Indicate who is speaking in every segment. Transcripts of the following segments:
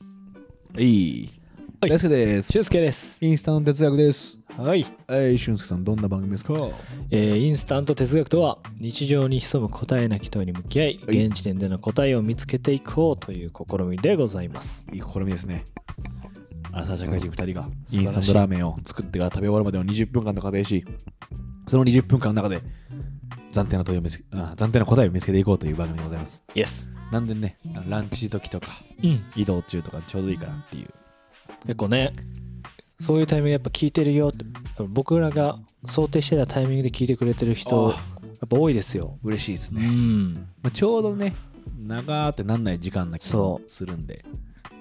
Speaker 1: はい。
Speaker 2: はい
Speaker 1: 大輔です。
Speaker 2: 俊介です。
Speaker 1: インスタの哲学です。
Speaker 2: はい。
Speaker 1: はい、俊介さん、どんな番組ですか
Speaker 2: えーインスタント哲学とは、日常に潜む答えなき問いに向き合い、
Speaker 1: はい
Speaker 2: 現時点での答えを見つけていこうという試みでございます。
Speaker 1: いい試みですね。朝社会人2人が
Speaker 2: 素
Speaker 1: イン
Speaker 2: 晴ら
Speaker 1: ス
Speaker 2: しい
Speaker 1: タントラーメンを作ってから食べ終わるまでの20分間の過程し、その20分間の中で暫定の問いを見つけあ暫定の答えを見つけていこうという番組でございます。
Speaker 2: イエス。
Speaker 1: なんでね、あのランチ時とか
Speaker 2: うん。
Speaker 1: 移動中とかちょうどいいかなっていう。
Speaker 2: 結構ね、そういうタイミングやっぱ聞いてるよって、僕らが想定してたタイミングで聞いてくれてる人、や
Speaker 1: あ
Speaker 2: っぱ多いですよ。
Speaker 1: 嬉しいです
Speaker 2: う
Speaker 1: ね。
Speaker 2: ん。
Speaker 1: まあ、ちょうどね、長ーってなんない時間な気も
Speaker 2: そ
Speaker 1: するんで、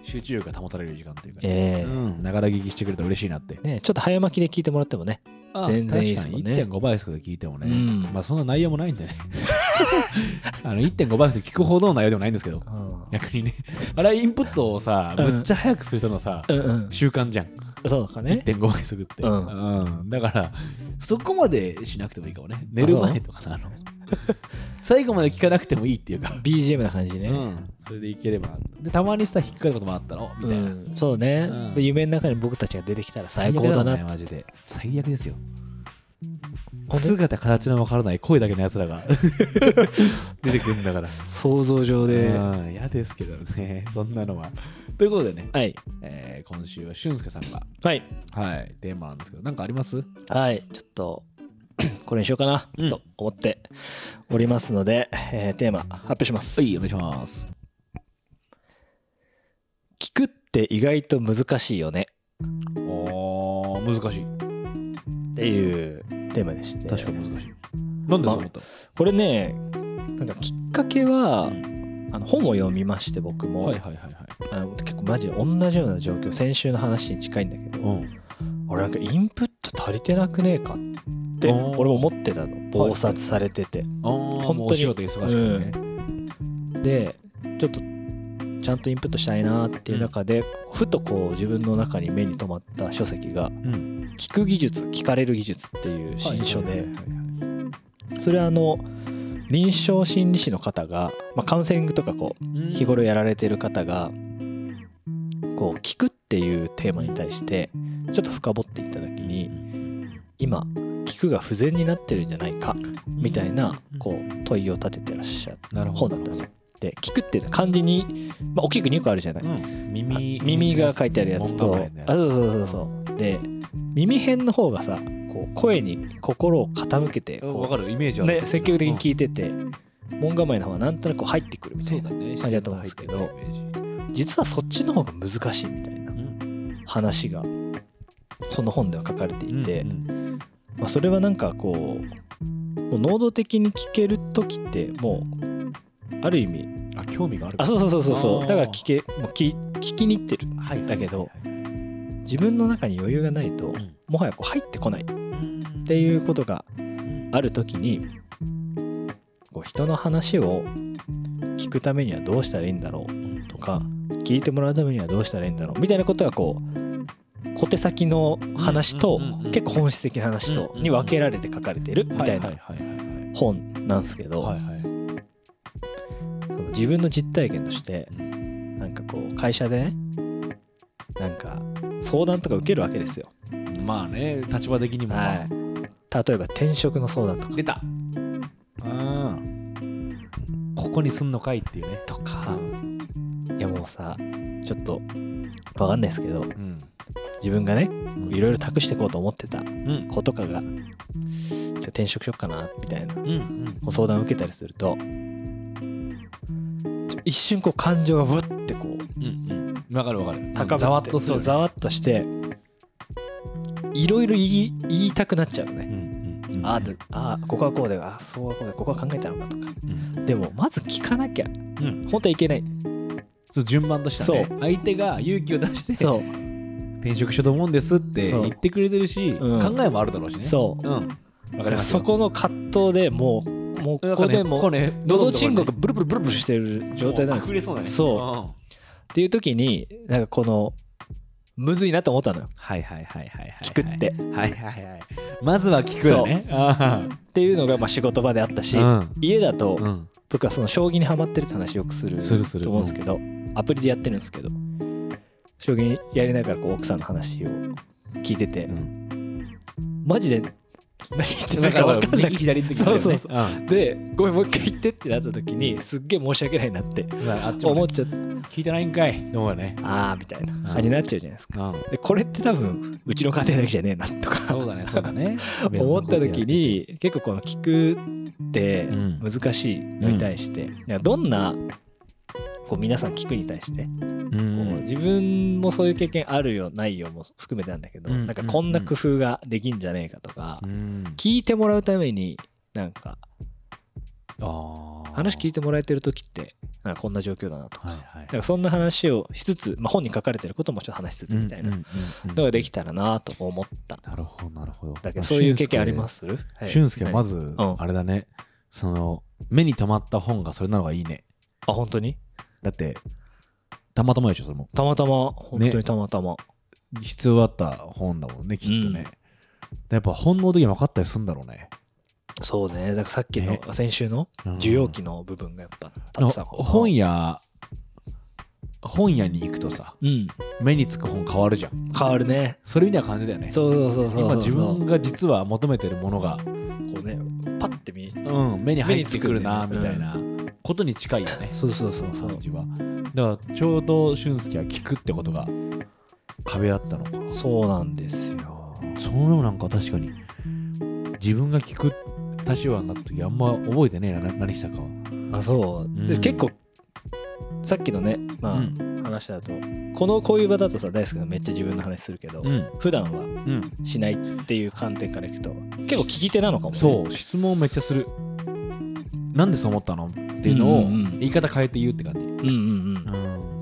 Speaker 1: 集中力が保たれる時間というかね。
Speaker 2: ええ
Speaker 1: うん、ながら聞きしてくれたら嬉しいなって。
Speaker 2: ね、ちょっと早巻きで聞いてもらってもね。
Speaker 1: あ
Speaker 2: 全然いいっすもんね
Speaker 1: 確かに1.5倍速で聞いてもね、
Speaker 2: うん
Speaker 1: まあそんな内容もないんでね。 あの1.5倍速で聞くほどの内容でもないんですけど、
Speaker 2: うん
Speaker 1: 逆 にね、あれはインプットをさ、
Speaker 2: うん
Speaker 1: むっちゃ早くする人のさ、
Speaker 2: うんうん。
Speaker 1: 習慣じゃん。
Speaker 2: そうかね。
Speaker 1: 1.5倍速って。
Speaker 2: うん
Speaker 1: うんだから、そこまでしなくてもいいかもね。寝る前とかなあの。 最後まで聞かなくてもいいっていうか。
Speaker 2: BGM な感じね。
Speaker 1: うん、それでいければでたまにさ引っかかることもあったのみたいな、
Speaker 2: うんそうね、
Speaker 1: うん
Speaker 2: で夢の中に僕たちが出てきたら最高だなっ
Speaker 1: マ
Speaker 2: つっ
Speaker 1: ジ
Speaker 2: て、
Speaker 1: で最悪ですよ
Speaker 2: 当
Speaker 1: 姿形のわからない声だけのやつら が出てくるんだから
Speaker 2: 想像上で、
Speaker 1: うん嫌ですけどね そんなのはということでね、
Speaker 2: はい
Speaker 1: えー今週は俊介さんが
Speaker 2: はい
Speaker 1: はいテーマなんですけど何かあります
Speaker 2: はいちょっと これにしようかな、
Speaker 1: うん
Speaker 2: と思っておりますので、えーテーマ発表します、
Speaker 1: はいお願いします
Speaker 2: 聞くって意外と難しいよね
Speaker 1: おー難しい
Speaker 2: っていうテーマでして
Speaker 1: 確かに難しいなんでそう思ったの、
Speaker 2: これねなんかきっかけはあの本を読みまして僕も、
Speaker 1: はいはいはいはい
Speaker 2: あの結構マジで同じような状況先週の話に近いんだけど、
Speaker 1: うん
Speaker 2: 俺なんかインプット足りてなくねえかって
Speaker 1: あー
Speaker 2: 俺も思ってたの忙殺されてて、
Speaker 1: あー
Speaker 2: 当に
Speaker 1: もうお仕事忙しくてね、
Speaker 2: でちょっとちゃんとインプットしたいなっていう中で、ふとこう自分の中に目に留まった書籍が
Speaker 1: うん、
Speaker 2: 「聞く技術聞かれる技術」っていう新書
Speaker 1: はいは
Speaker 2: で
Speaker 1: いはいはい
Speaker 2: それはあの臨床心理士の方が、まあ、カウンセリングとかこう日頃やられてる方がこう聞くっていうテーマに対してちょっと深掘っていった時に今聞くが不全になってるんじゃないかみたいな
Speaker 1: うん
Speaker 2: こう問いを立ててらっしゃる
Speaker 1: なるほ
Speaker 2: 本
Speaker 1: ど
Speaker 2: だったんですよ。で聞くって漢字に、まあ、大きく2個あるじゃない、
Speaker 1: うん、耳
Speaker 2: あ耳が書いてあるやつと
Speaker 1: 門構えのやつ
Speaker 2: あそうそうそうそうで耳辺の方がさこう声に心を傾けて
Speaker 1: うん
Speaker 2: こ
Speaker 1: わかるイメージ
Speaker 2: う、
Speaker 1: ある
Speaker 2: ね、積極的に聞いてて門構えの方はなんとなくこう入ってくるみた
Speaker 1: そう
Speaker 2: いな
Speaker 1: だね
Speaker 2: 感じだと思うんですけど
Speaker 1: 自然と入ってるイメ
Speaker 2: 実はそっちの方が難しいみたいな
Speaker 1: ージ
Speaker 2: 話がその本では書かれて
Speaker 1: うん
Speaker 2: いて、
Speaker 1: うんうん
Speaker 2: まあ、それはなんかこうもう能動的に聞ける時ってもうある意味
Speaker 1: あ興味がある
Speaker 2: あそうそうそうそう
Speaker 1: あ
Speaker 2: そう
Speaker 1: ー
Speaker 2: だから聞けもう聞聞きに行ってる
Speaker 1: はい
Speaker 2: だけど自分の中に余裕がないと
Speaker 1: ん
Speaker 2: もはやこう入ってこないっ
Speaker 1: で
Speaker 2: ていうことがある時にこう人の話を聞くためにはどうしたらいいんだろうとか聞いてもらうためにはどうしたらいいんだろうみたいなことがこう小手先の話と
Speaker 1: うんうんうんうん
Speaker 2: 結構本質的な話とに分けられて書かれてるみたいな
Speaker 1: はいはいはい
Speaker 2: 本なんですけど、
Speaker 1: はいはいはい
Speaker 2: その自分の実体験として
Speaker 1: う
Speaker 2: なんかこう会社でねなんか相談とか受けるわけですよ。
Speaker 1: まあね立場的にも
Speaker 2: はい、例えば転職の相談とか
Speaker 1: 出たうんここにすんのかいっていうね
Speaker 2: とかいやもうさちょっとわかんないですけど
Speaker 1: うん
Speaker 2: 自分がねいろいろ託していこうと思ってた
Speaker 1: うん
Speaker 2: 子とかがちょっと転職しよっかなみたいな
Speaker 1: うんうん
Speaker 2: ご相談受けたりするとちょ一瞬こう感情がぶってこう
Speaker 1: うんうんわかるわかる
Speaker 2: 高ぶって
Speaker 1: ざわっとす
Speaker 2: そう
Speaker 1: る
Speaker 2: ざわっとしていろいろ言い言いたくなっちゃうね、ああでああここはこうでああそうはこうでここは考えたのかとか
Speaker 1: うん
Speaker 2: でもまず聞かなきゃ
Speaker 1: うん
Speaker 2: 本当はいけない
Speaker 1: そう順番としてはね
Speaker 2: そ
Speaker 1: 相手が勇気を出して
Speaker 2: そう
Speaker 1: 転職しようと思うんですって
Speaker 2: そう
Speaker 1: 言ってくれてるし、
Speaker 2: うん
Speaker 1: 考えもあるだろうしね。。
Speaker 2: そう
Speaker 1: ん。わかります
Speaker 2: そ
Speaker 1: よ。
Speaker 2: この葛藤でもうもうここでもう
Speaker 1: ね、
Speaker 2: 喉チンコがブルブルブルブルしてる状態なんです
Speaker 1: もう溢
Speaker 2: よ
Speaker 1: れそうだね。
Speaker 2: そ
Speaker 1: うん。
Speaker 2: っていう時になんかこのむずいなと思ったのよ
Speaker 1: はいはいはいはいはい。
Speaker 2: 聞くっ。て、
Speaker 1: はいはいはい。まずは聞くよね。あ
Speaker 2: っていうのがまあ仕事場であったし、
Speaker 1: あ。
Speaker 2: 家だと
Speaker 1: うん。
Speaker 2: 僕はその将棋にハマってるって話よくする
Speaker 1: するする
Speaker 2: と思うんですけどアプリでやってるんですけど将棋やりながらこう奥さんの話を聞いてて、
Speaker 1: うん
Speaker 2: マジで何言ってたか分かんなく
Speaker 1: 右
Speaker 2: て
Speaker 1: 左って
Speaker 2: そうそうそう
Speaker 1: う、う
Speaker 2: でごめんもう一回言ってってなった時にすっげえ申し訳ないなって
Speaker 1: んまあ、あっちもね
Speaker 2: 思っちゃって
Speaker 1: 聞いてないんかいと思うよね
Speaker 2: ああみたいな
Speaker 1: うん
Speaker 2: 感じになっちゃうじゃないですか
Speaker 1: うん
Speaker 2: でこれって多分うちの家庭だけじゃねえなとか
Speaker 1: そうだねそうだ ね
Speaker 2: 思った時に結構この聞くって
Speaker 1: うん
Speaker 2: 難しいのに対して、いやどんなこう皆さん聞くに対して、
Speaker 1: 別の
Speaker 2: こう
Speaker 1: 光景
Speaker 2: 自分もそういう経験あるよないよも含めてなんだけど、
Speaker 1: うん
Speaker 2: なんかこんな工夫ができんじゃねえかとか、
Speaker 1: うん、うん、
Speaker 2: 聞いてもらうためになんか
Speaker 1: ああ
Speaker 2: 話聞
Speaker 1: い
Speaker 2: いてもらえてる時ってなんかこんな状況だなとか,、
Speaker 1: はいはい
Speaker 2: なんかそんな話をしつつ、まあ、本に書かれてることもちょっと話しつつみたいな
Speaker 1: うんうんうんうん
Speaker 2: のができたらなと思ったん
Speaker 1: なるほどなるほど
Speaker 2: だけどそういう経験ありますす
Speaker 1: 俊介
Speaker 2: はい
Speaker 1: まず
Speaker 2: うん
Speaker 1: あれだねその目に留まった本がそれなのがいいね
Speaker 2: あ本当に
Speaker 1: だってたまたまでしょそれも
Speaker 2: たまたま本当にたまたま、
Speaker 1: 必要だった本だもんねきっとね、
Speaker 2: うん
Speaker 1: やっぱ本能的に分かったりするんだろうね
Speaker 2: そうねだからさっきの、
Speaker 1: ね
Speaker 2: 先週の
Speaker 1: うん
Speaker 2: 需要期の部分がやっぱた
Speaker 1: なん
Speaker 2: く
Speaker 1: か
Speaker 2: さん
Speaker 1: 本屋本屋に行くとさ
Speaker 2: うん
Speaker 1: 目につく本変わるじゃん
Speaker 2: 変わるね
Speaker 1: それみたいな感じだよね
Speaker 2: そうそうそうそう
Speaker 1: 今自分が実は求めてるものが、
Speaker 2: こうねパッて見
Speaker 1: うん、目に入ってくるな
Speaker 2: 目
Speaker 1: み
Speaker 2: につ
Speaker 1: た
Speaker 2: く
Speaker 1: い
Speaker 2: んだ
Speaker 1: なことに近いよね
Speaker 2: そうそうそうそう
Speaker 1: 感じはだからちょうど俊介は聞くってことが壁だったのか
Speaker 2: そうなんですよ
Speaker 1: そのもなんか確かに自分が聞く立場になった時あんま覚えてねえなな何したかは
Speaker 2: あそう、で
Speaker 1: うん
Speaker 2: 結構さっきのねまあ、
Speaker 1: う
Speaker 2: 話だとこのこういう場だとさ大輔がめっちゃ自分の話するけど、
Speaker 1: ん
Speaker 2: 普段は
Speaker 1: うん
Speaker 2: しないっていう観点からいくと結構聞き手なのかもね
Speaker 1: そう質問をめっちゃするなんでそう思ったのっていうの
Speaker 2: う
Speaker 1: を
Speaker 2: んうんうん
Speaker 1: 言い方変えて言うって感じ
Speaker 2: うんうん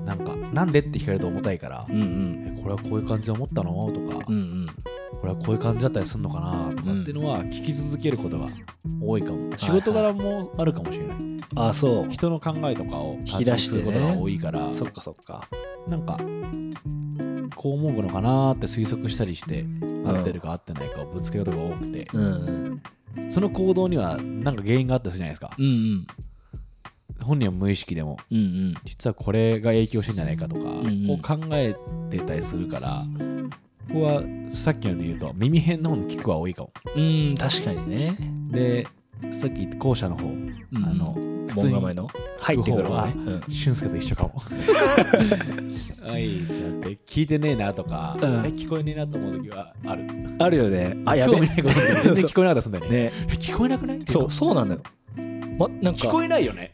Speaker 1: うんなんかなんでって聞かれると重たいから
Speaker 2: うんうんうん
Speaker 1: えこれはこういう感じで思ったのとか
Speaker 2: うんうん
Speaker 1: これはこういう感じだったりするのかなとかっていうのは聞き続けることが多いかも仕事柄もあるかもしれない
Speaker 2: あそう
Speaker 1: 人の考えとかを
Speaker 2: 引き出して
Speaker 1: 探索す
Speaker 2: ね
Speaker 1: ることが多いから
Speaker 2: そっかそっか
Speaker 1: なんかこう思うのかなーって推測したりして合ってるか合ってないかをぶつけることが多くて
Speaker 2: うんうん
Speaker 1: その行動にはなんか原因があったりするじゃないですか
Speaker 2: うんうん
Speaker 1: 本人は無意識でも
Speaker 2: うんうん
Speaker 1: 実はこれが影響してんじゃないかとか
Speaker 2: んうん
Speaker 1: を考えてたりするからここはさっきので言うと耳辺の方に聞くは多いかも
Speaker 2: うん確かにね、
Speaker 1: でさっき言った後者の方
Speaker 2: うん
Speaker 1: あの普通
Speaker 2: 門構え
Speaker 1: に
Speaker 2: の入ってくるわね、うん
Speaker 1: 俊介と一緒かも。はい、だって聞いてねえなとか、
Speaker 2: うん
Speaker 1: え聞こえねえなと思う時はある。
Speaker 2: あるよねあやべ
Speaker 1: 興味ない ことで全然聞こえなかったりすんだよね。
Speaker 2: ね
Speaker 1: え聞こえなくない
Speaker 2: そうそうなのよまなん
Speaker 1: 聞こ
Speaker 2: か
Speaker 1: えないよね。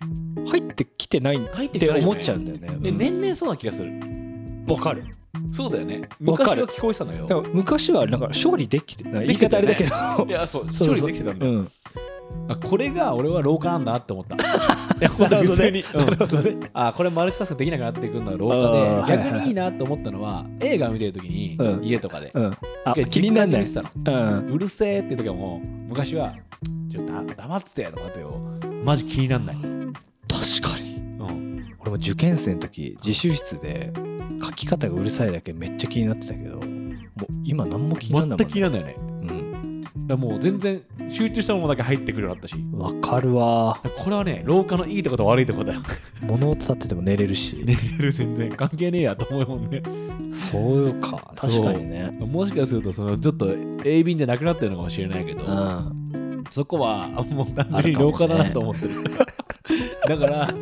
Speaker 2: 入ってきてないっ
Speaker 1: 入ってき
Speaker 2: て
Speaker 1: ないよね
Speaker 2: 思っちゃうんだよね
Speaker 1: え
Speaker 2: うん
Speaker 1: 年々そうな気がする。
Speaker 2: わかる
Speaker 1: そうだよね。
Speaker 2: わか
Speaker 1: 昔
Speaker 2: る
Speaker 1: は聞こえてたのよ
Speaker 2: で。も昔はなんか勝利できてない言い方あれだけど
Speaker 1: いや、そう、
Speaker 2: そ
Speaker 1: 一人
Speaker 2: うそう
Speaker 1: できてたんだ
Speaker 2: う
Speaker 1: よ。
Speaker 2: ん
Speaker 1: あこれが俺は廊下なんだって思 った。いや
Speaker 2: なるほどね
Speaker 1: 普通に
Speaker 2: な
Speaker 1: うん
Speaker 2: るほどね
Speaker 1: あこれマルチタスクできなくなっていくんだ廊
Speaker 2: あ
Speaker 1: 下
Speaker 2: ー
Speaker 1: で
Speaker 2: はいはい
Speaker 1: 逆にいいなと思ったのは映画見てる時に
Speaker 2: うん
Speaker 1: 家とかで
Speaker 2: うんあ
Speaker 1: 一回
Speaker 2: 気になんな
Speaker 1: 実家で見て
Speaker 2: い
Speaker 1: たの
Speaker 2: うん
Speaker 1: うるせえって時はもう昔はちょっとだ黙っててやとかってよマジ気になんない、
Speaker 2: 確かに俺も受験生の時自習室で書き方がうるさいだけめっちゃ気になってたけどもう今何も気にならな
Speaker 1: 全
Speaker 2: い
Speaker 1: く気にならないよね
Speaker 2: もんね
Speaker 1: だからもう全然集中したものだけ入ってくるようになったし
Speaker 2: うんわかるわ
Speaker 1: これはね廊下のいいとこと悪いとこ だよ
Speaker 2: 物音立ってても寝れるし
Speaker 1: 寝れる全然関係ねえやと思うもんね
Speaker 2: そうか確かにね
Speaker 1: もしかするとそのちょっと鋭敏じゃなくなってるのかもしれないけど、
Speaker 2: うん
Speaker 1: そこはもう単
Speaker 2: あ
Speaker 1: 純
Speaker 2: る
Speaker 1: に
Speaker 2: か
Speaker 1: 廊下
Speaker 2: もね
Speaker 1: だなと思ってる だから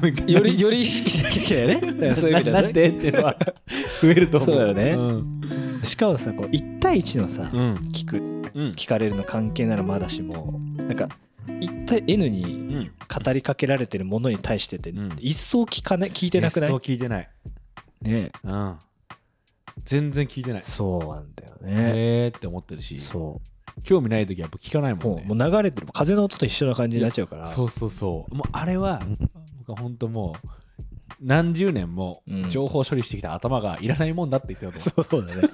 Speaker 1: ごめん
Speaker 2: よりより意識しなきゃいけないねうんそういう意味
Speaker 1: な
Speaker 2: だ
Speaker 1: な
Speaker 2: と
Speaker 1: んで
Speaker 2: ね
Speaker 1: っていうのは 増えると思う
Speaker 2: そうだよね
Speaker 1: うん
Speaker 2: しかもさこう1対1のさ
Speaker 1: うん
Speaker 2: 聞く
Speaker 1: うん
Speaker 2: 聞かれるの関係ならまだしもなんか1対 N に
Speaker 1: うん
Speaker 2: 語りかけられてるものに対してって、
Speaker 1: うん
Speaker 2: 一層聞かね聞いてなくない
Speaker 1: そう聞いてない、
Speaker 2: ね
Speaker 1: うん、全然聞いてない
Speaker 2: そうなんだよね、
Speaker 1: へえーって思ってるし
Speaker 2: そ
Speaker 1: 興味ない時はやっぱ聞かないう
Speaker 2: も
Speaker 1: もん
Speaker 2: う,、
Speaker 1: ね
Speaker 2: もう流れてる風の音と一緒な感じになっちゃうから
Speaker 1: そうそうそうもうあれは僕は本当もう何十年も
Speaker 2: うん
Speaker 1: 情報処理してきた頭がいらないもんだって言ってたと思う
Speaker 2: そうそうだね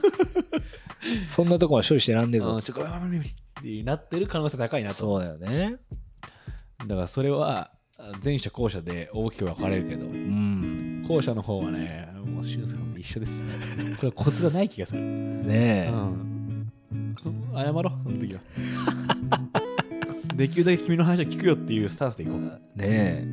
Speaker 2: そんなとこは処理してらんねえぞ
Speaker 1: うん
Speaker 2: つっ
Speaker 1: ちょっとごめんごめんごめんってなってる可能性高い
Speaker 2: て
Speaker 1: なと
Speaker 2: そうだよね
Speaker 1: だからそれは前者後者で大きく分かれるけど
Speaker 2: うん
Speaker 1: 後者の方はねもう俊介さんと一緒 ですこれはコツがない気がする
Speaker 2: ねえ、
Speaker 1: うん、そ謝ろうその時 はできるだけ君の話は聞くよっていうスタンスでいこう、
Speaker 2: ねえ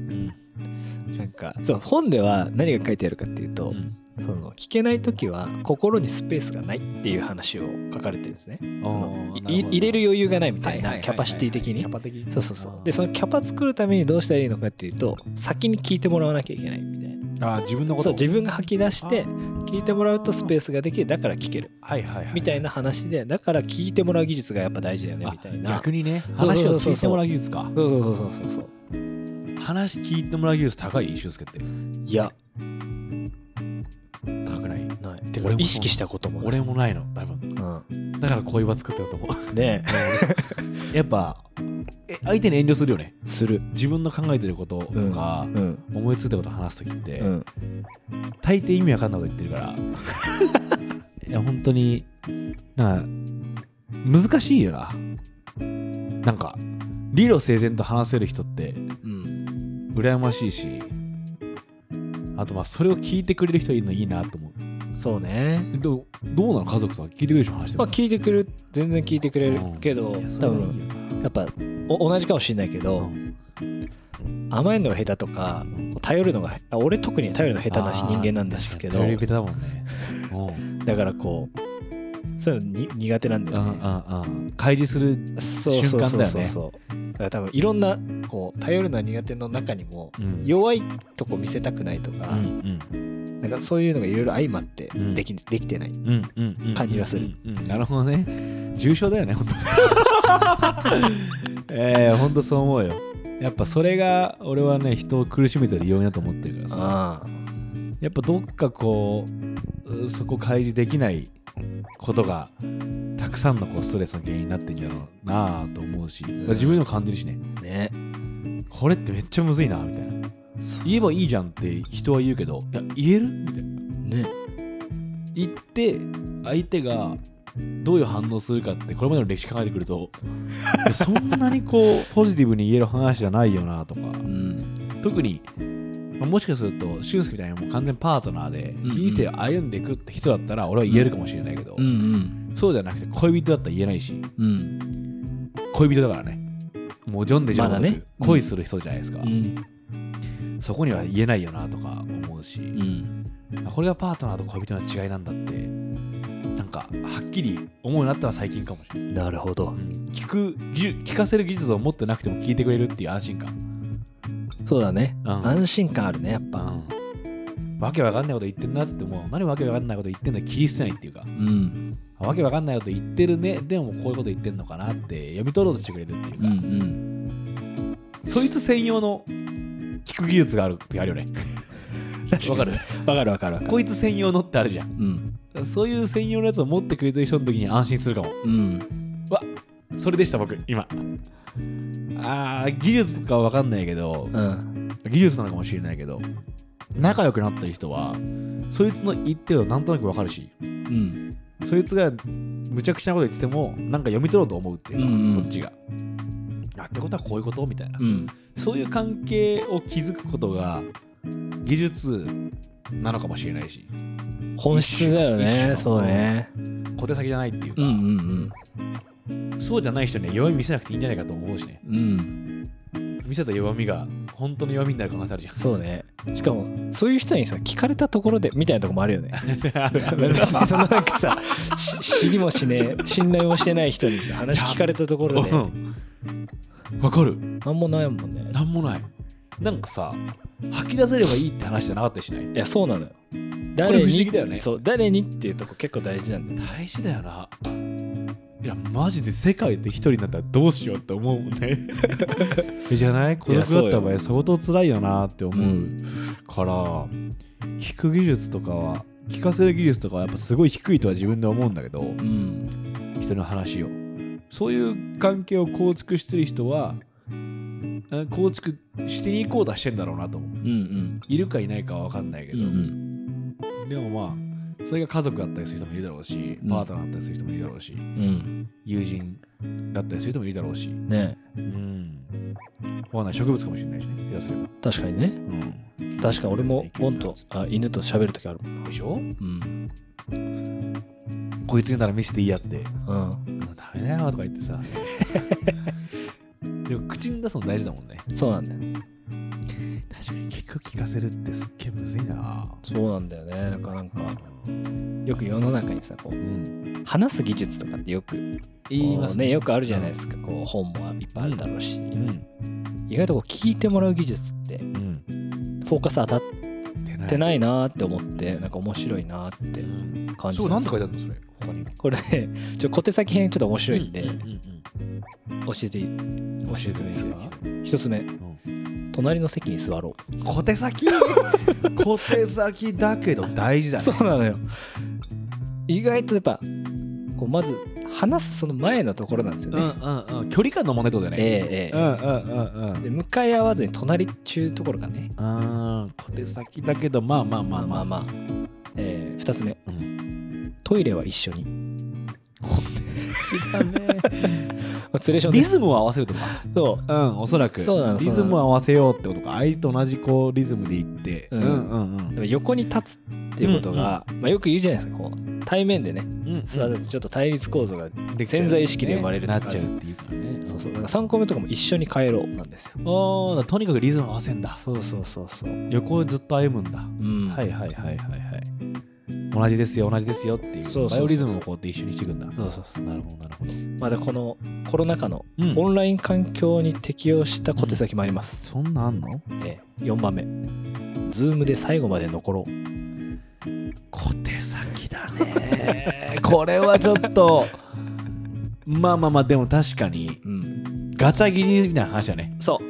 Speaker 2: なんかそう本では何が書いてあるかっていうと、その聞けない時は心にスペースがないっていう話を書かれてるんですね。
Speaker 1: あー
Speaker 2: そのい
Speaker 1: なるほど
Speaker 2: 入れる余裕がないみたい
Speaker 1: はいはいはいは
Speaker 2: ないキャパシティ的に
Speaker 1: キャ。パ的に
Speaker 2: そうそうそうでそのキャパ作るためにどうしたらいいのかっていうと先に聞いてもらわなきゃいけないみたいな
Speaker 1: ああ自分のこと
Speaker 2: そう自分が吐き出して聞いてもらうとスペースができてだから聞ける
Speaker 1: はいはいはい
Speaker 2: みたいな話でだから聞いてもらう技術がやっぱ大事だよね
Speaker 1: あ
Speaker 2: みたいな
Speaker 1: 逆にね
Speaker 2: そう
Speaker 1: 話
Speaker 2: そ
Speaker 1: を
Speaker 2: うそうそう
Speaker 1: 聞いてもらう技術か
Speaker 2: そうそうそうそうそう
Speaker 1: 話聞いてもらう技術高い俊介って
Speaker 2: いや
Speaker 1: 高くない
Speaker 2: ないて
Speaker 1: 俺
Speaker 2: か
Speaker 1: もそう
Speaker 2: 意識したこともない、
Speaker 1: 俺もないの多分
Speaker 2: う
Speaker 1: だから恋は作ってると思う
Speaker 2: ん、ね
Speaker 1: やっぱえ相手に遠慮するよね
Speaker 2: えする
Speaker 1: 自分の考えてることとか、
Speaker 2: うん
Speaker 1: 思いついたことを話す時って、
Speaker 2: うん
Speaker 1: 大抵意味わかんないこと言ってるから いや本当になんか難しいよななんか理路整然と話せる人って
Speaker 2: うん
Speaker 1: 羨ましいしあとまあそれを聞いてくれる人いるのいいなと思う
Speaker 2: そうね
Speaker 1: えどうどうなの家族とか聞いてくれる人話して
Speaker 2: ま
Speaker 1: る
Speaker 2: あ聞いてくれる全然聞いてくれるけど多分やっぱお同じかもしれないけど、甘えるのが下手とかこう頼るのがあ俺特に頼るの下手な人間なんですけど
Speaker 1: テレビだもんねうん
Speaker 2: だからこうそういうのに苦手なんだ
Speaker 1: う
Speaker 2: よ
Speaker 1: んう
Speaker 2: ね
Speaker 1: んうん開示する
Speaker 2: そうそうそうそう
Speaker 1: 瞬
Speaker 2: そうだから多分いろんなこう頼るのは苦手の中にも
Speaker 1: うん
Speaker 2: 弱いとこ見せたくないと
Speaker 1: う
Speaker 2: か、
Speaker 1: ん
Speaker 2: なんかそういうのがいろいろ相まって
Speaker 1: うん
Speaker 2: でき,、できてない
Speaker 1: うんうんうんうん
Speaker 2: 感じがする
Speaker 1: うんうんなるほどね重症だよね本当 ええ本当そう思うよやっぱそれが俺はね人を苦しめてる要因だと思ってるからさ
Speaker 2: ああ
Speaker 1: やっぱどっかこううそこ開示できないことがたくさんのこうストレスの原因になってんじゃろうなあと思うし、
Speaker 2: ん
Speaker 1: 自分でも感じるしね
Speaker 2: ね
Speaker 1: これってめっちゃむずいなみたいな
Speaker 2: そ
Speaker 1: 言えばいいじゃんって人は言うけどいや言えるみたいな
Speaker 2: うね
Speaker 1: 言って相手がどういう反応するかってこれまでの歴史考えてくる といやそんなにこうポジティブに言える話じゃないよなとか
Speaker 2: うん
Speaker 1: 特に、まあもしかすると俊介みたいにもう完全にパートナーで
Speaker 2: うん
Speaker 1: 人生を歩んでいくって人だったら俺は言えるかもしれないけど、
Speaker 2: うん
Speaker 1: そうじゃなくて恋人だったら言えないし
Speaker 2: うんうん
Speaker 1: 恋人だからねもうジョンでジョン
Speaker 2: まだ
Speaker 1: で
Speaker 2: ね
Speaker 1: 恋する人じゃないですか、
Speaker 2: うん
Speaker 1: そこには言えないよなとか思うし、
Speaker 2: うん
Speaker 1: あこれがパートナーと恋人の違いなんだってなんかはっきり思うようになったのは最近かもしれない、
Speaker 2: なるほど
Speaker 1: うん聞く技術聞かせる技術を持ってなくても聞いてくれるっていう安心感、
Speaker 2: そうだね
Speaker 1: うん
Speaker 2: 安心感あるねやっぱ
Speaker 1: わけわかんないこと言ってんなっつっても何わけわかんないこと言ってんだ気にしてないっていうか
Speaker 2: うん
Speaker 1: あわけわかんないこと言ってるねでもこういうこと言ってんのかなって読み取ろうとしてくれるっていう
Speaker 2: うんう
Speaker 1: か、
Speaker 2: ん
Speaker 1: そいつ専用の聞く技術がある時あるよねわか る
Speaker 2: わかるわかるわかる
Speaker 1: こいつ専用のってあるじゃん
Speaker 2: うん
Speaker 1: そういう専用のやつを持ってくれてる人の時に安心するかも
Speaker 2: うん
Speaker 1: それでした僕今あー技術かわかんないけど
Speaker 2: うん
Speaker 1: 技術なのかもしれないけど仲良くなった人はそいつの言ってるのなんとなくわかるし
Speaker 2: うん
Speaker 1: そいつがむちゃくちゃなこと言っててもなんか読み取ろうと思うっていうか、
Speaker 2: うんうん
Speaker 1: こっちがあってことはこういうことみたいな、
Speaker 2: うん
Speaker 1: そういう関係を築くことが技術なのかもしれないし
Speaker 2: 本質だよ
Speaker 1: 一緒一
Speaker 2: ね
Speaker 1: 緒
Speaker 2: そうね
Speaker 1: 小手先じゃないっていうか、
Speaker 2: うん
Speaker 1: そうじゃない人には弱み見せなくていいんじゃないかと思うしね
Speaker 2: うんうんうん
Speaker 1: 見せた弱みが本当の弱みになる可能性あ るじゃん
Speaker 2: そうねしかもそういう人にさ聞かれたところでみたいなとこもあ るよね別にそのなんかさし知りもしねえ信頼もしてない人にさ話聞かれたと ころで
Speaker 1: うんわかる
Speaker 2: なんもないもんね
Speaker 1: なんもないなんかさ吐き出せればいいって話じゃなかったりしない
Speaker 2: いやそうなのよ
Speaker 1: これ
Speaker 2: 誰
Speaker 1: 不思議
Speaker 2: に
Speaker 1: だよね
Speaker 2: そう誰にっていうとこ結構大事なんだよ
Speaker 1: 大事だよないやマジで世界で一人になったらどうしようって思うもんね じゃない孤独だった場合相当辛いよなって思う
Speaker 2: うん
Speaker 1: から、聞く技術とかは聞かせる技術とかはやっぱすごい低いとは自分で思うんだけど、
Speaker 2: うん
Speaker 1: 人の話をそういう関係を構築してる人はあ構築してに行こうとはしてんだろうなと思う
Speaker 2: うんうん
Speaker 1: いるかいないかは分かんないけ
Speaker 2: う
Speaker 1: ど、
Speaker 2: ん
Speaker 1: でもまあそれが家族だったりする人もいるだろうし、
Speaker 2: うん
Speaker 1: パートナーだったりする人もいるだろうし
Speaker 2: うん
Speaker 1: 友人だったりする人もいるだろうし
Speaker 2: ね
Speaker 1: うん分かんない植物かもしれないしねやすれば、
Speaker 2: 確かにね
Speaker 1: うん、
Speaker 2: 確か俺もゴンとあ犬と喋る時あるもん
Speaker 1: でしょ
Speaker 2: うん
Speaker 1: こいつになら見せていいやって
Speaker 2: うん
Speaker 1: うんダメだよとか言ってさでも口に出すの大事だもんね
Speaker 2: そうなんだよ
Speaker 1: 確かに聞くく聞かせるってすっげえむずいな
Speaker 2: そうなんだよねだからなんかよく世の中にさこう
Speaker 1: うん
Speaker 2: 話す技術とかってよく
Speaker 1: 言います
Speaker 2: こうねよくあるじゃないですかこう本もいっぱいあるだろうし、
Speaker 1: うん
Speaker 2: 意外とこう聞いてもらう技術って
Speaker 1: うん
Speaker 2: フォーカス当たっ
Speaker 1: って
Speaker 2: て
Speaker 1: い
Speaker 2: ないなーって思ってなんか面白いなーって感じ
Speaker 1: そう
Speaker 2: た
Speaker 1: なんん
Speaker 2: で
Speaker 1: て
Speaker 2: す
Speaker 1: 書いてあ
Speaker 2: よ
Speaker 1: るのそれ他に
Speaker 2: これねちょっと小手先編ちょっと面白いんで、
Speaker 1: うんうん
Speaker 2: 教えてい
Speaker 1: うん
Speaker 2: 教えてもいいですか一つ目、隣の席に座ろう
Speaker 1: 小手 先小手先だけど大事だね
Speaker 2: そうなのよ意外とやっぱこうまず話すその前のところなんですよ
Speaker 1: う
Speaker 2: ね、
Speaker 1: んうんうん距離感の問題ってことだよね
Speaker 2: えええ
Speaker 1: うんうんうんうん
Speaker 2: えで向かい合わずに隣っちゅうところがね
Speaker 1: あー小手先だけどまあまあま
Speaker 2: ま
Speaker 1: あ
Speaker 2: あ
Speaker 1: ま
Speaker 2: ま
Speaker 1: あ
Speaker 2: あまあ、ええ二つ目、
Speaker 1: うん
Speaker 2: トイレは一緒に
Speaker 1: だね
Speaker 2: まあツレション
Speaker 1: リ
Speaker 2: です
Speaker 1: ズムを合わせるとか
Speaker 2: そ
Speaker 1: うんおそらく
Speaker 2: そうなの
Speaker 1: リズムを合わせようってことか相手と同じこうリズムでいって
Speaker 2: うん
Speaker 1: うんうん
Speaker 2: う横に立つっていうことが、まあ、よく言うじゃないですかこう対面でね
Speaker 1: うん
Speaker 2: 座るとちょっと対立構造が
Speaker 1: できちゃう
Speaker 2: 潜在意識で生まれると
Speaker 1: な
Speaker 2: か
Speaker 1: っちゃうっていうからね
Speaker 2: そうそうだから3個目とかも一緒に帰ろうなんですよ
Speaker 1: あーだからとにかくリズム合わせんだ
Speaker 2: そうそうそうそう
Speaker 1: 横をずっと歩むんだ
Speaker 2: うん
Speaker 1: はいはいはいはいはい同じですよ同じですよっていう
Speaker 2: そうそうそうそう
Speaker 1: バイオリズムをこうやって一緒にしていくんだ
Speaker 2: そうそう
Speaker 1: なるほどなるほど
Speaker 2: まだこのコロナ禍の
Speaker 1: うん
Speaker 2: オンライン環境に適応した小手先もあります、
Speaker 1: そんなんあんの
Speaker 2: ええ4番目 Zoom で最後まで残ろう
Speaker 1: 小手先だ ねこれはちょっとまあまあまあでも確かに
Speaker 2: うん
Speaker 1: ガチャ切りみたいな話だね
Speaker 2: そう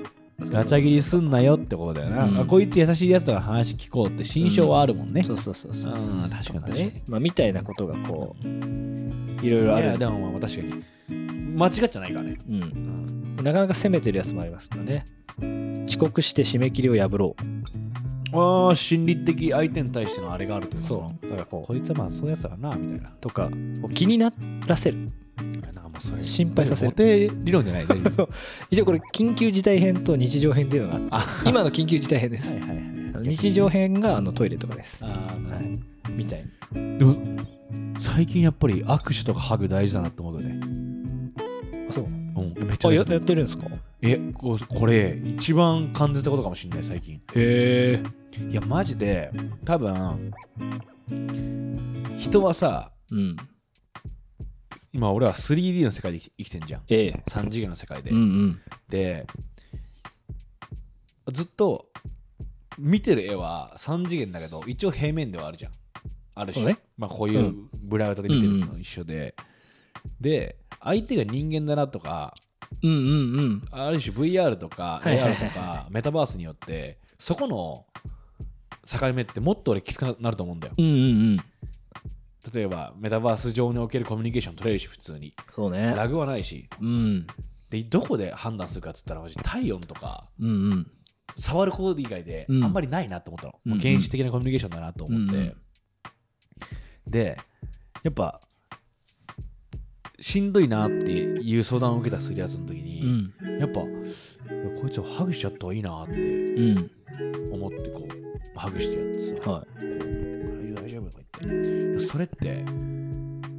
Speaker 1: ガチャ切りすんなよってことだよな、
Speaker 2: うん
Speaker 1: あこいつ優しいやつとか話聞こうって心象はあるもんね、
Speaker 2: そうそうそうそう
Speaker 1: うん確かに確かに
Speaker 2: ねまあみたいなことがこういろいろあ
Speaker 1: いや
Speaker 2: る
Speaker 1: でもまあ確かに間違っちゃないからね、
Speaker 2: うんなかなか攻めてるやつもありますからね遅刻して締め切りを破ろう
Speaker 1: ああ心理的相手に対してのあれがあるってことか
Speaker 2: うだからこう
Speaker 1: こいつはまあそういうやつだなみたいな
Speaker 2: とかこう気にならせる
Speaker 1: なんかもうそれ
Speaker 2: 心配させる
Speaker 1: 固定理論じゃない大丈夫
Speaker 2: 一応これ緊急事態編と日常編っていうのがあって
Speaker 1: あ
Speaker 2: 今の緊急事態編です
Speaker 1: はいはいはい
Speaker 2: 日常編があのトイレとかです
Speaker 1: ああなるほど
Speaker 2: みたいな
Speaker 1: でも最近やっぱり握手とかハグ大事だなって思うよね。
Speaker 2: あそう
Speaker 1: うん、めっちゃ
Speaker 2: あ
Speaker 1: 大
Speaker 2: や
Speaker 1: 事だ
Speaker 2: ってるんですか
Speaker 1: えここれ一番感じたことかもしれない最近。
Speaker 2: へえ
Speaker 1: いやマジで多分人はさ
Speaker 2: うん
Speaker 1: 今俺は 3D の世界で生き生きてんじゃん
Speaker 2: ええ
Speaker 1: 3次元の世界で。
Speaker 2: うんうん
Speaker 1: でずっと見てる絵は3次元だけど一応平面ではあるじゃんあるし、
Speaker 2: そうね
Speaker 1: まあ、こういううんブラウザで見てるのと一緒で、で相手が人間だなとか
Speaker 2: うんうんうん
Speaker 1: ある種 VR とか
Speaker 2: はいはいはい
Speaker 1: AR とかメタバースによってそこの境目ってもっと俺きつくなると思うんだよ
Speaker 2: うんうんうん
Speaker 1: 例えばメタバース上におけるコミュニケーション取れるし普通に
Speaker 2: そうね
Speaker 1: ラグはないし
Speaker 2: うん
Speaker 1: でどこで判断するかっつったらマジ体温とか
Speaker 2: うんうん
Speaker 1: 触るコーデ以外であ
Speaker 2: うん
Speaker 1: んまりないなと思ったの、
Speaker 2: うん
Speaker 1: もう原始的なコミュニケーションだなと思って、
Speaker 2: うんうん
Speaker 1: でやっぱしんどいなっていう相談を受けたするやつの時
Speaker 2: う
Speaker 1: に、
Speaker 2: ん
Speaker 1: やっぱいやこいつをハグしちゃった方がいいなって
Speaker 2: うん
Speaker 1: 思ってこうハグしてやってさ、こ
Speaker 2: は
Speaker 1: う大丈夫大丈夫とか言ってでそれって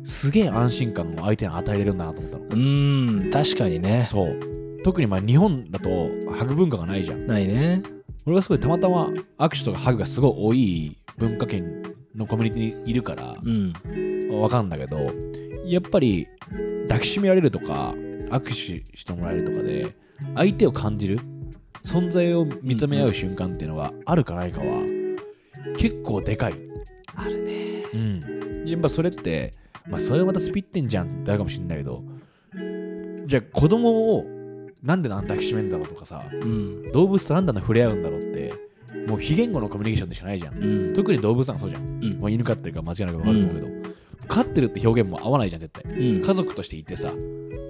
Speaker 1: すげえ安心感を相手に与えれるんだなと思ったの
Speaker 2: いうん確かにね
Speaker 1: そう特にまあ日本だとハグ文化がないじゃん
Speaker 2: ないね
Speaker 1: 俺がすごいたまたま握手とかハグがすごい多い文化圏のコミュニティにいるから
Speaker 2: うん
Speaker 1: わかんだけどやっぱり抱きしめられるとか握手してもらえるとかで相手を感じる存在を認め合う瞬間っていうのがあるかないかは結構でかい、
Speaker 2: あるね
Speaker 1: うん、やっぱそれって、まあ、それまたスピってんじゃんってあるかもしれないけどじゃあ子供をなんでなん抱きしめんだろうとかさ
Speaker 2: うん
Speaker 1: 動物となんだな触れ合うんだろうってもう非言語のコミュニケーションでしかないじゃん
Speaker 2: うん
Speaker 1: 特に動物さんはそうじゃん、
Speaker 2: うん
Speaker 1: まあ、犬飼ってるから間違いなく分かると思うけど、飼ってるって表現も合わないじゃん絶対
Speaker 2: うん
Speaker 1: 家族としていてさ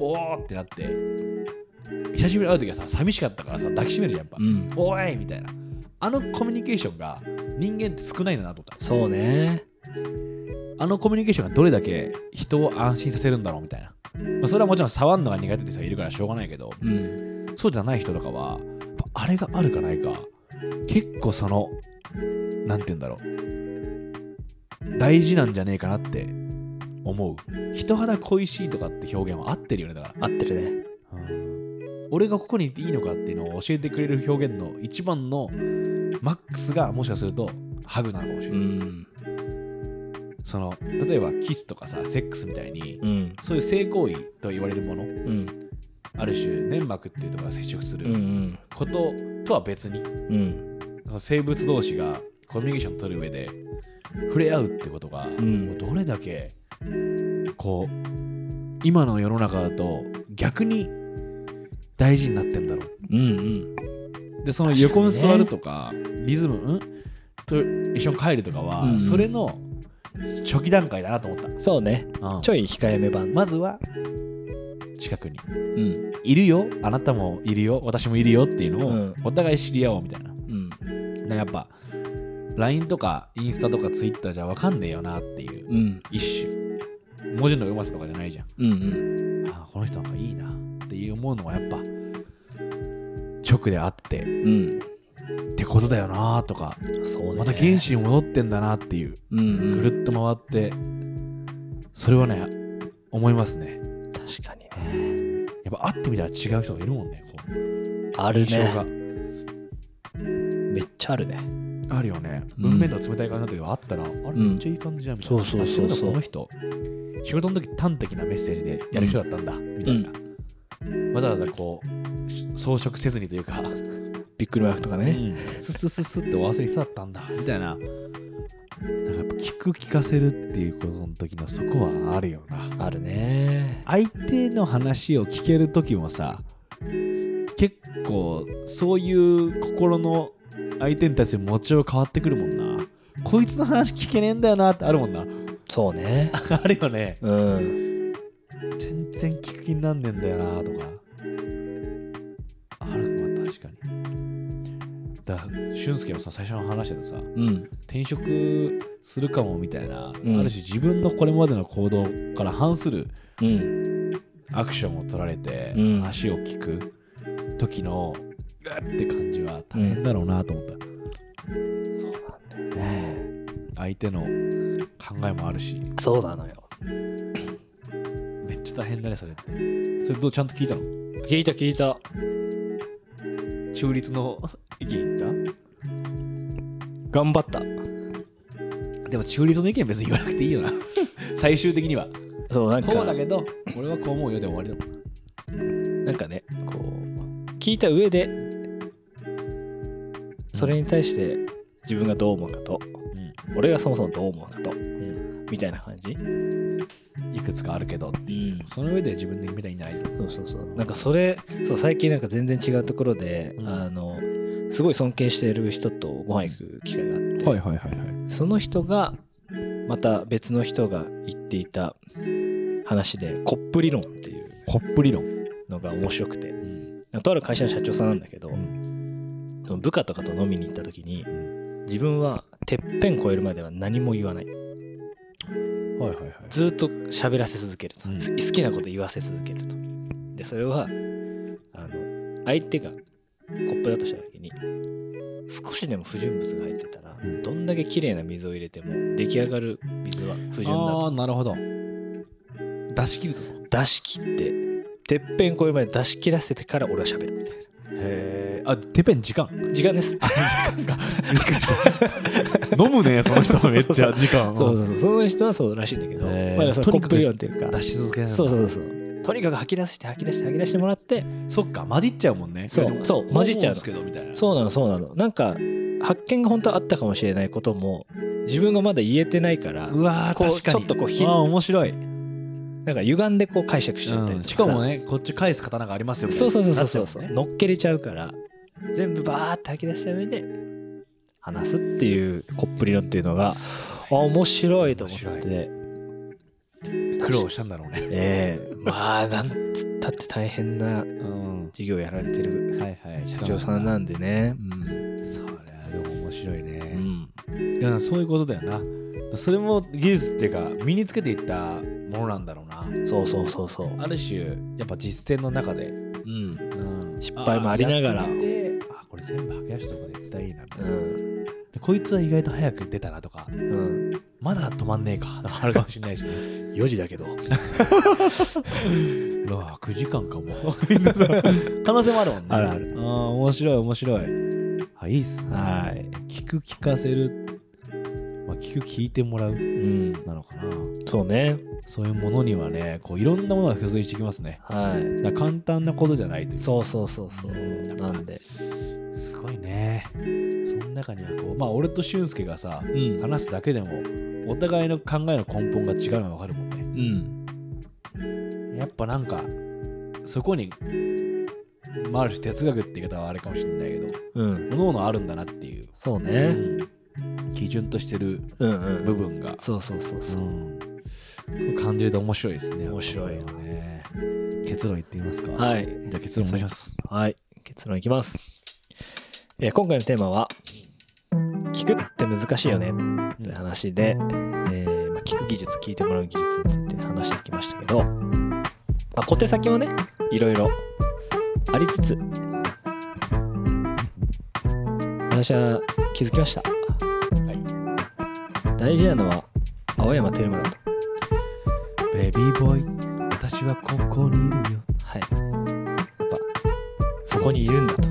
Speaker 1: おーってなって久しぶりに会う時はさ寂しかったからさ抱きしめるじゃんやっぱ、
Speaker 2: うん
Speaker 1: おーいみたいなあのコミュニケーションが人間って少ないんだなとか
Speaker 2: そうね
Speaker 1: あのコミュニケーションがどれだけ人を安心させるんだろうみたいな、まあ、それはもちろん触るのが苦手でさいるからしょうがないけど、
Speaker 2: うん
Speaker 1: そうじゃない人とかはやっぱあれがあるかないか結構そのなんて言うんだろう大事なんじゃねえかなって思う人肌恋しいとかって表現は合ってるよねだか
Speaker 2: 合ってるね
Speaker 1: ら、俺がここにいていいのかっていうのを教えてくれる表現の一番のマックスがもしかするとハグなのかもしれ
Speaker 2: う
Speaker 1: ない、
Speaker 2: ん
Speaker 1: その例えばキスとかさセックスみたいに
Speaker 2: うん
Speaker 1: そういう性行為と言われるもの
Speaker 2: うん
Speaker 1: ある種粘膜っていうところが接触す
Speaker 2: うんう
Speaker 1: る
Speaker 2: ん
Speaker 1: こととは別に、
Speaker 2: うん
Speaker 1: その生物同士がコミュニケーション取る上で触れ合うってことが、
Speaker 2: ん
Speaker 1: もうどれだけこう今の世の中だと逆に大事になってんだろ
Speaker 2: うん
Speaker 1: うでその
Speaker 2: 確か
Speaker 1: 横
Speaker 2: にね
Speaker 1: に座るとかリズムんと一緒に帰るとかは、
Speaker 2: うん
Speaker 1: それの初期段階だなと思った、
Speaker 2: そうね
Speaker 1: うん
Speaker 2: ちょい控えめ版
Speaker 1: まずは近くに
Speaker 2: うん
Speaker 1: いるよあなたもいるよ私もいるよっていうの
Speaker 2: う
Speaker 1: を
Speaker 2: ん
Speaker 1: お互い知り合おうみたいな
Speaker 2: うん
Speaker 1: なやっぱ LINE とかインスタとか Twitter じゃ分かんねえよなっていう
Speaker 2: うん
Speaker 1: 一種文字のうまさとかじゃないじゃん
Speaker 2: うんうん
Speaker 1: あーこの人なんかいいなっていう思うのはやっぱ直であって
Speaker 2: うん
Speaker 1: ってことだよなとか
Speaker 2: そうね
Speaker 1: また原始に戻ってんだなっていう
Speaker 2: うん
Speaker 1: ぐ
Speaker 2: うん
Speaker 1: るっと回ってそれはね思いますね
Speaker 2: 確かにね
Speaker 1: やっぱ会ってみたら違う人がいるもんねこう
Speaker 2: ある
Speaker 1: 印象
Speaker 2: ね
Speaker 1: が
Speaker 2: めっちゃあるね
Speaker 1: あるよね
Speaker 2: うん
Speaker 1: 文面の冷たい感じだったけどあったらあれ
Speaker 2: ん
Speaker 1: めっちゃいい感じじゃんみたい
Speaker 2: そ
Speaker 1: な
Speaker 2: うそうそうそう
Speaker 1: あってことはこの人仕事の時端的なメッセージでやる人だったんだみたいなわざわざこうし装飾せずにというか
Speaker 2: ビックリマークとかね
Speaker 1: ススススって終わらせる人だったんだみたいななんかやっぱ聞く聞かせるっていうことの時のそこはあるよな
Speaker 2: あるね
Speaker 1: 相手の話を聞ける時もさ結構そういう心の相手に対する持ちよう変わってくるもんなこいつの話聞けねえんだよなってあるもんな
Speaker 2: そうね
Speaker 1: あるよね
Speaker 2: うん
Speaker 1: 全然聞く気になんねえんだよなとかあるわ確かにだ俊介のさ最初の話でさ
Speaker 2: うん
Speaker 1: 転職するかもみたいな、
Speaker 2: うん
Speaker 1: ある種自分のこれまでの行動から反する
Speaker 2: うん
Speaker 1: アクションを取られて、
Speaker 2: うん
Speaker 1: 話を聞く時のグッって感じは大変だろうなと思った、
Speaker 2: そうなんだよね
Speaker 1: 相手の考えもあるし
Speaker 2: そうなのよ
Speaker 1: めっちゃ大変だねそれってそれどうちゃんと聞いたの
Speaker 2: 聞いた聞いた
Speaker 1: 中立の意見言っ
Speaker 2: 頑張っ
Speaker 1: た
Speaker 2: た
Speaker 1: でも中立の意見別に言わなくていい よな最終的には
Speaker 2: そうなん
Speaker 1: こうだ
Speaker 2: か
Speaker 1: けど俺はこう思うよで終わりだもん
Speaker 2: なんかねこう聞いた上でそれに対して自分がどう思うかと俺がそもそもどう思うかとみたいな感じ
Speaker 1: いくつかあるけどその上で自分で決めたらいいんじゃないと
Speaker 2: そうそうそうなんかそれそう最近なんか全然違うところで、
Speaker 1: うん
Speaker 2: あのすごい尊敬している人とご飯行く機会があって、
Speaker 1: いはいはいはい
Speaker 2: その人がまた別の人が言っていた話でコップ理論っていう
Speaker 1: コップ理論
Speaker 2: のが面白くてとある会社の社長さんなんだけど、その部下とかと飲みに行った時に自分はてっぺん越えるまでは何も言わない
Speaker 1: はいはいはい
Speaker 2: ずーっと喋らせ続けると、
Speaker 1: うん
Speaker 2: す好きなこと言わせ続けるとでそれはあの相手がコップだとした時に少しでも不純物が入ってたら、
Speaker 1: ん
Speaker 2: どんだけ綺麗な水を入れても出来上がる水は不純だ
Speaker 1: ああ
Speaker 2: と
Speaker 1: なるほど出し切ると
Speaker 2: 出し切っててっぺん越えるまで出し切らせてから俺は喋るみたい
Speaker 1: へえあてっぺん時間
Speaker 2: な時間です
Speaker 1: 飲む ねその人めっち
Speaker 2: そ
Speaker 1: ゃ時間
Speaker 2: そうそうそうその人はそうらしいんだけど、
Speaker 1: へー
Speaker 2: まあ、その
Speaker 1: と
Speaker 2: コ
Speaker 1: にかく
Speaker 2: ップ理論っていうか
Speaker 1: 出し続けない
Speaker 2: そうそうそうそうとにかく吐き出して吐き出して吐き出してもらって
Speaker 1: そっか混じっちゃうもんね
Speaker 2: そう
Speaker 1: いやでも
Speaker 2: そう
Speaker 1: こ思
Speaker 2: 混じっちゃうん
Speaker 1: で
Speaker 2: の
Speaker 1: すけどみたいな
Speaker 2: そうなのそうなのなんか発見が本当はあったかもしれないことも自分がまだ言えてないから
Speaker 1: うわー
Speaker 2: こう
Speaker 1: 確かに
Speaker 2: ちょっとこうひ
Speaker 1: あー面白い、
Speaker 2: なんか歪んでこう解釈しちゃったり
Speaker 1: う
Speaker 2: と
Speaker 1: ん、
Speaker 2: か
Speaker 1: し
Speaker 2: さ
Speaker 1: かもねこっち返す刀がありますよみたい
Speaker 2: そう
Speaker 1: な
Speaker 2: そうそうそうそう、
Speaker 1: なっちゃもんね
Speaker 2: 乗っけれちゃうから全部バーって吐き出した上で話すっていうコップ理論っていうのがあ面白いと思っ
Speaker 1: 面
Speaker 2: て
Speaker 1: 苦労したんだろうね
Speaker 2: ええまあなんつったって大変な
Speaker 1: うん
Speaker 2: 授業やられてる
Speaker 1: はいはい
Speaker 2: 社長さんなんでねうん、
Speaker 1: そりゃでも面白いね、
Speaker 2: うん、
Speaker 1: いやそういうことだよなそれも技術っていうか身につけていったものなんだろうな
Speaker 2: そうそうそうそう
Speaker 1: ある種やっぱ実践の中で、
Speaker 2: うん
Speaker 1: うん
Speaker 2: 失敗もありながら
Speaker 1: あーやってみてあこれ全部吐き出した方が絶対いいなみたいな、
Speaker 2: うん
Speaker 1: でこいつは意外と早く出たなとか
Speaker 2: うん
Speaker 1: まだ止まんねえかとかあるかもしれないしね
Speaker 2: 4時だけど
Speaker 1: うわ9時間かもみんなさ可能性もあるもんね
Speaker 2: あるある
Speaker 1: ー面白い面白いあいいっすね
Speaker 2: はい、
Speaker 1: 聞く聞かせる、まあ、聞く聞いてもらう
Speaker 2: うん、
Speaker 1: なのかな
Speaker 2: そうね
Speaker 1: そういうものにはねこういろんなものが付随してきますね
Speaker 2: は
Speaker 1: だから簡単なことじゃないとい
Speaker 2: いうそうそうそうそうなんです
Speaker 1: ごいねその中にはこうまあ俺と俊介がさ
Speaker 2: うん
Speaker 1: 話すだけでもお互いの考えの根本が違うのが分かるもんね
Speaker 2: うん
Speaker 1: やっぱなんかそこにまあある種哲学って言い方はあれかもしれないけど
Speaker 2: うん
Speaker 1: 各々あるんだなっていう、
Speaker 2: そう
Speaker 1: う
Speaker 2: ね
Speaker 1: ん基準としてる
Speaker 2: うんう
Speaker 1: 部分が、
Speaker 2: そうそうそうそううん
Speaker 1: これ感じると面白いですね
Speaker 2: 面白い
Speaker 1: これはね結論言ってみますか
Speaker 2: はい
Speaker 1: じゃあ結論お願いします
Speaker 2: はい結論いきます、えー今回のテーマは「聞くって難しいよね」という話で、えーまあ、聞く技術聞いてもらう技術について話してきましたけど、まあ、小手先もねいろいろありつつ私は気づきました
Speaker 1: はい
Speaker 2: 大事なのは青山テルマだと
Speaker 1: ベビーボーイ私はここにいるよ
Speaker 2: はいやっぱそこにいるんだと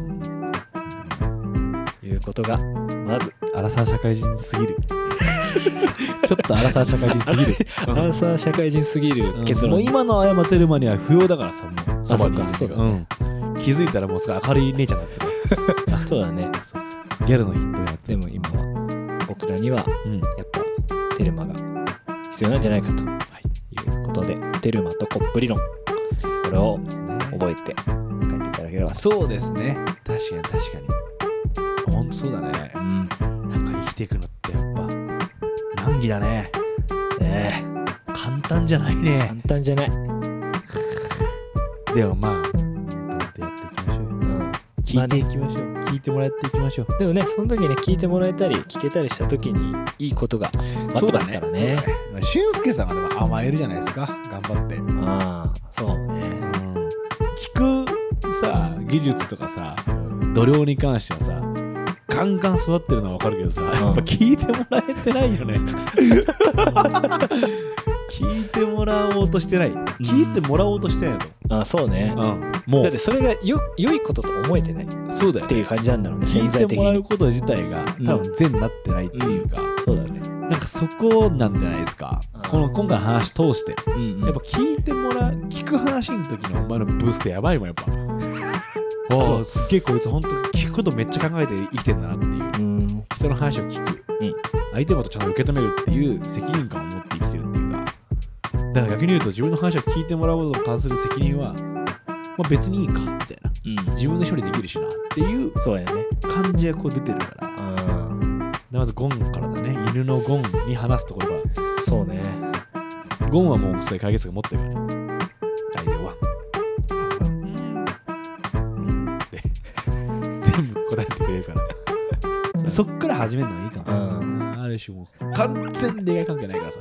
Speaker 2: いうことがまず
Speaker 1: アラサー社会人すぎる ちょっとアラサー社会人すぎる
Speaker 2: アンサー社会人すぎる結
Speaker 1: も
Speaker 2: 論
Speaker 1: う
Speaker 2: に
Speaker 1: 今の謝ってる間には不要だからさもう
Speaker 2: あそっか
Speaker 1: ばにいる
Speaker 2: そうだ
Speaker 1: うん、気づいたらもうすごい明るい姉ちゃんになってる
Speaker 2: そうだね
Speaker 1: そうそうそうギャルのヒットになって
Speaker 2: で
Speaker 1: る
Speaker 2: も今は僕らには
Speaker 1: うん
Speaker 2: やっぱテルマが必要なんじゃないかということで、テルマとコップ理論これを覚えて帰っていただければと、
Speaker 1: そうですね確かに確かにほんとそうだね
Speaker 2: うん
Speaker 1: なんか生きていくのってやっぱ難儀だね
Speaker 2: ね
Speaker 1: 簡単じゃない
Speaker 2: え
Speaker 1: ね
Speaker 2: 簡単じゃない、
Speaker 1: でもまあ頑張ってやっていきましょうよ
Speaker 2: うん
Speaker 1: 聞いていきましょう、聞いてもらっていきましょう
Speaker 2: でもねその時ね聞いてもらえたり聞けたりした時にいいことが待ってますからね
Speaker 1: そうだまあ俊介さんはでも甘えるじゃないですか頑張って
Speaker 2: ああそうね
Speaker 1: うん、聞くさ技術とかさ度量に関してはさガンガン育ってるのはわかるけどさ、やっぱ聞いてもらえてないよね聞いてもらおうとしてない、聞いてもらおうとしてない
Speaker 2: あそうね
Speaker 1: の、うん、もう
Speaker 2: だってそれがよ良いことと思えてないっ
Speaker 1: そうだよ
Speaker 2: て
Speaker 1: ね
Speaker 2: いう感じなんだろうね
Speaker 1: 聞
Speaker 2: 潜在
Speaker 1: いて
Speaker 2: 的
Speaker 1: もら
Speaker 2: に
Speaker 1: うこと自体が
Speaker 2: うん
Speaker 1: 多分善になってないっていうか、
Speaker 2: そうだね
Speaker 1: なんかそこなんじゃないですか、
Speaker 2: うん
Speaker 1: この今回の話通して
Speaker 2: うん、
Speaker 1: やっぱ聞いてもらう聞く話の時のお前のブースってやばいもんやっぱ あ
Speaker 2: そ
Speaker 1: あ
Speaker 2: う
Speaker 1: すっげえこいつ本当聞くことめっちゃ考えて生きてんだなっていう
Speaker 2: うん
Speaker 1: 人の話を聞く、
Speaker 2: うん
Speaker 1: 相手のことちゃんと受け止めるっていう責任感を持って生きてるっていうかだから逆に言うと自分の話を聞いてもらうことに関する責任は、まあ、別にいいかみたいな
Speaker 2: うん
Speaker 1: 自分で処理できるしなっていう
Speaker 2: そうやね
Speaker 1: 感じがこう出てるから
Speaker 2: うん
Speaker 1: まずゴンからだね犬のゴンに話すところか
Speaker 2: そうね
Speaker 1: らゴンはもうそういう解決策持ってるからアイデアワンって全部答えてくれるから そっから始めるのはいいかも、
Speaker 2: うん
Speaker 1: ある種もう完全に恋愛関係ないからさ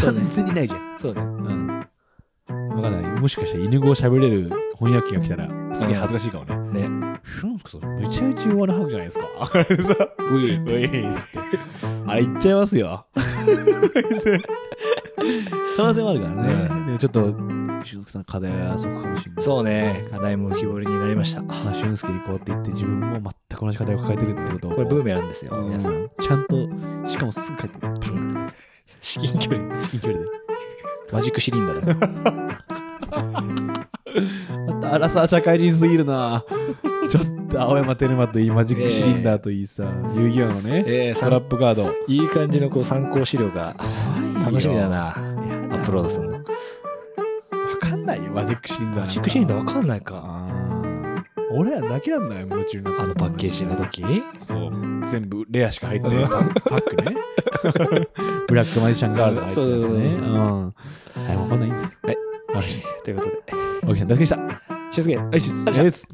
Speaker 2: そうね
Speaker 1: 完全にないじゃん、
Speaker 2: そうね
Speaker 1: うん、分かんないもしかして犬語を喋れる翻訳機が来たらすげえ恥ずかしいかもね
Speaker 2: ね
Speaker 1: 俊介さんめちゃめちゃ弱なはくじゃないですか さ
Speaker 2: う
Speaker 1: お
Speaker 2: い
Speaker 1: いっつってあれ言っちゃいますよ 可能性もあるからね、でもちょっと俊介さん課題はそこかもしれないです
Speaker 2: そうね課題も浮き彫りになりましたこ
Speaker 1: まあ、俊介にこうやって言って自分も全く同じ課題を抱えてるってことを
Speaker 2: れブー
Speaker 1: メ
Speaker 2: メランですよ皆さん
Speaker 1: ちゃんとしかもすぐ帰ってくるパン
Speaker 2: 至近距離
Speaker 1: 至近距離で
Speaker 2: マジックシリンダーだ
Speaker 1: またアラサー社会人すぎる なちょっと青山テルマといいマジックシリンダーといいさ、遊戯王のね、
Speaker 2: ええ
Speaker 1: トラップカード
Speaker 2: いい感じのこう参考資料が楽しみだなアップロードするの
Speaker 1: 分かんないよマジックシリンダー
Speaker 2: マジックシリンダーわかんないか
Speaker 1: あー俺らだけなんだよ夢中になって
Speaker 2: あのパッケージの時
Speaker 1: そう全部レアしか入ってないパックね ブラックマジシャンガールが入ってるやつね
Speaker 2: そうそうそううそうん
Speaker 1: はいわかんないんです
Speaker 2: はい
Speaker 1: あよし
Speaker 2: ということで
Speaker 1: 青木さん大好きでしたは
Speaker 2: しゅすけ
Speaker 1: いし
Speaker 2: あじゃあ
Speaker 1: です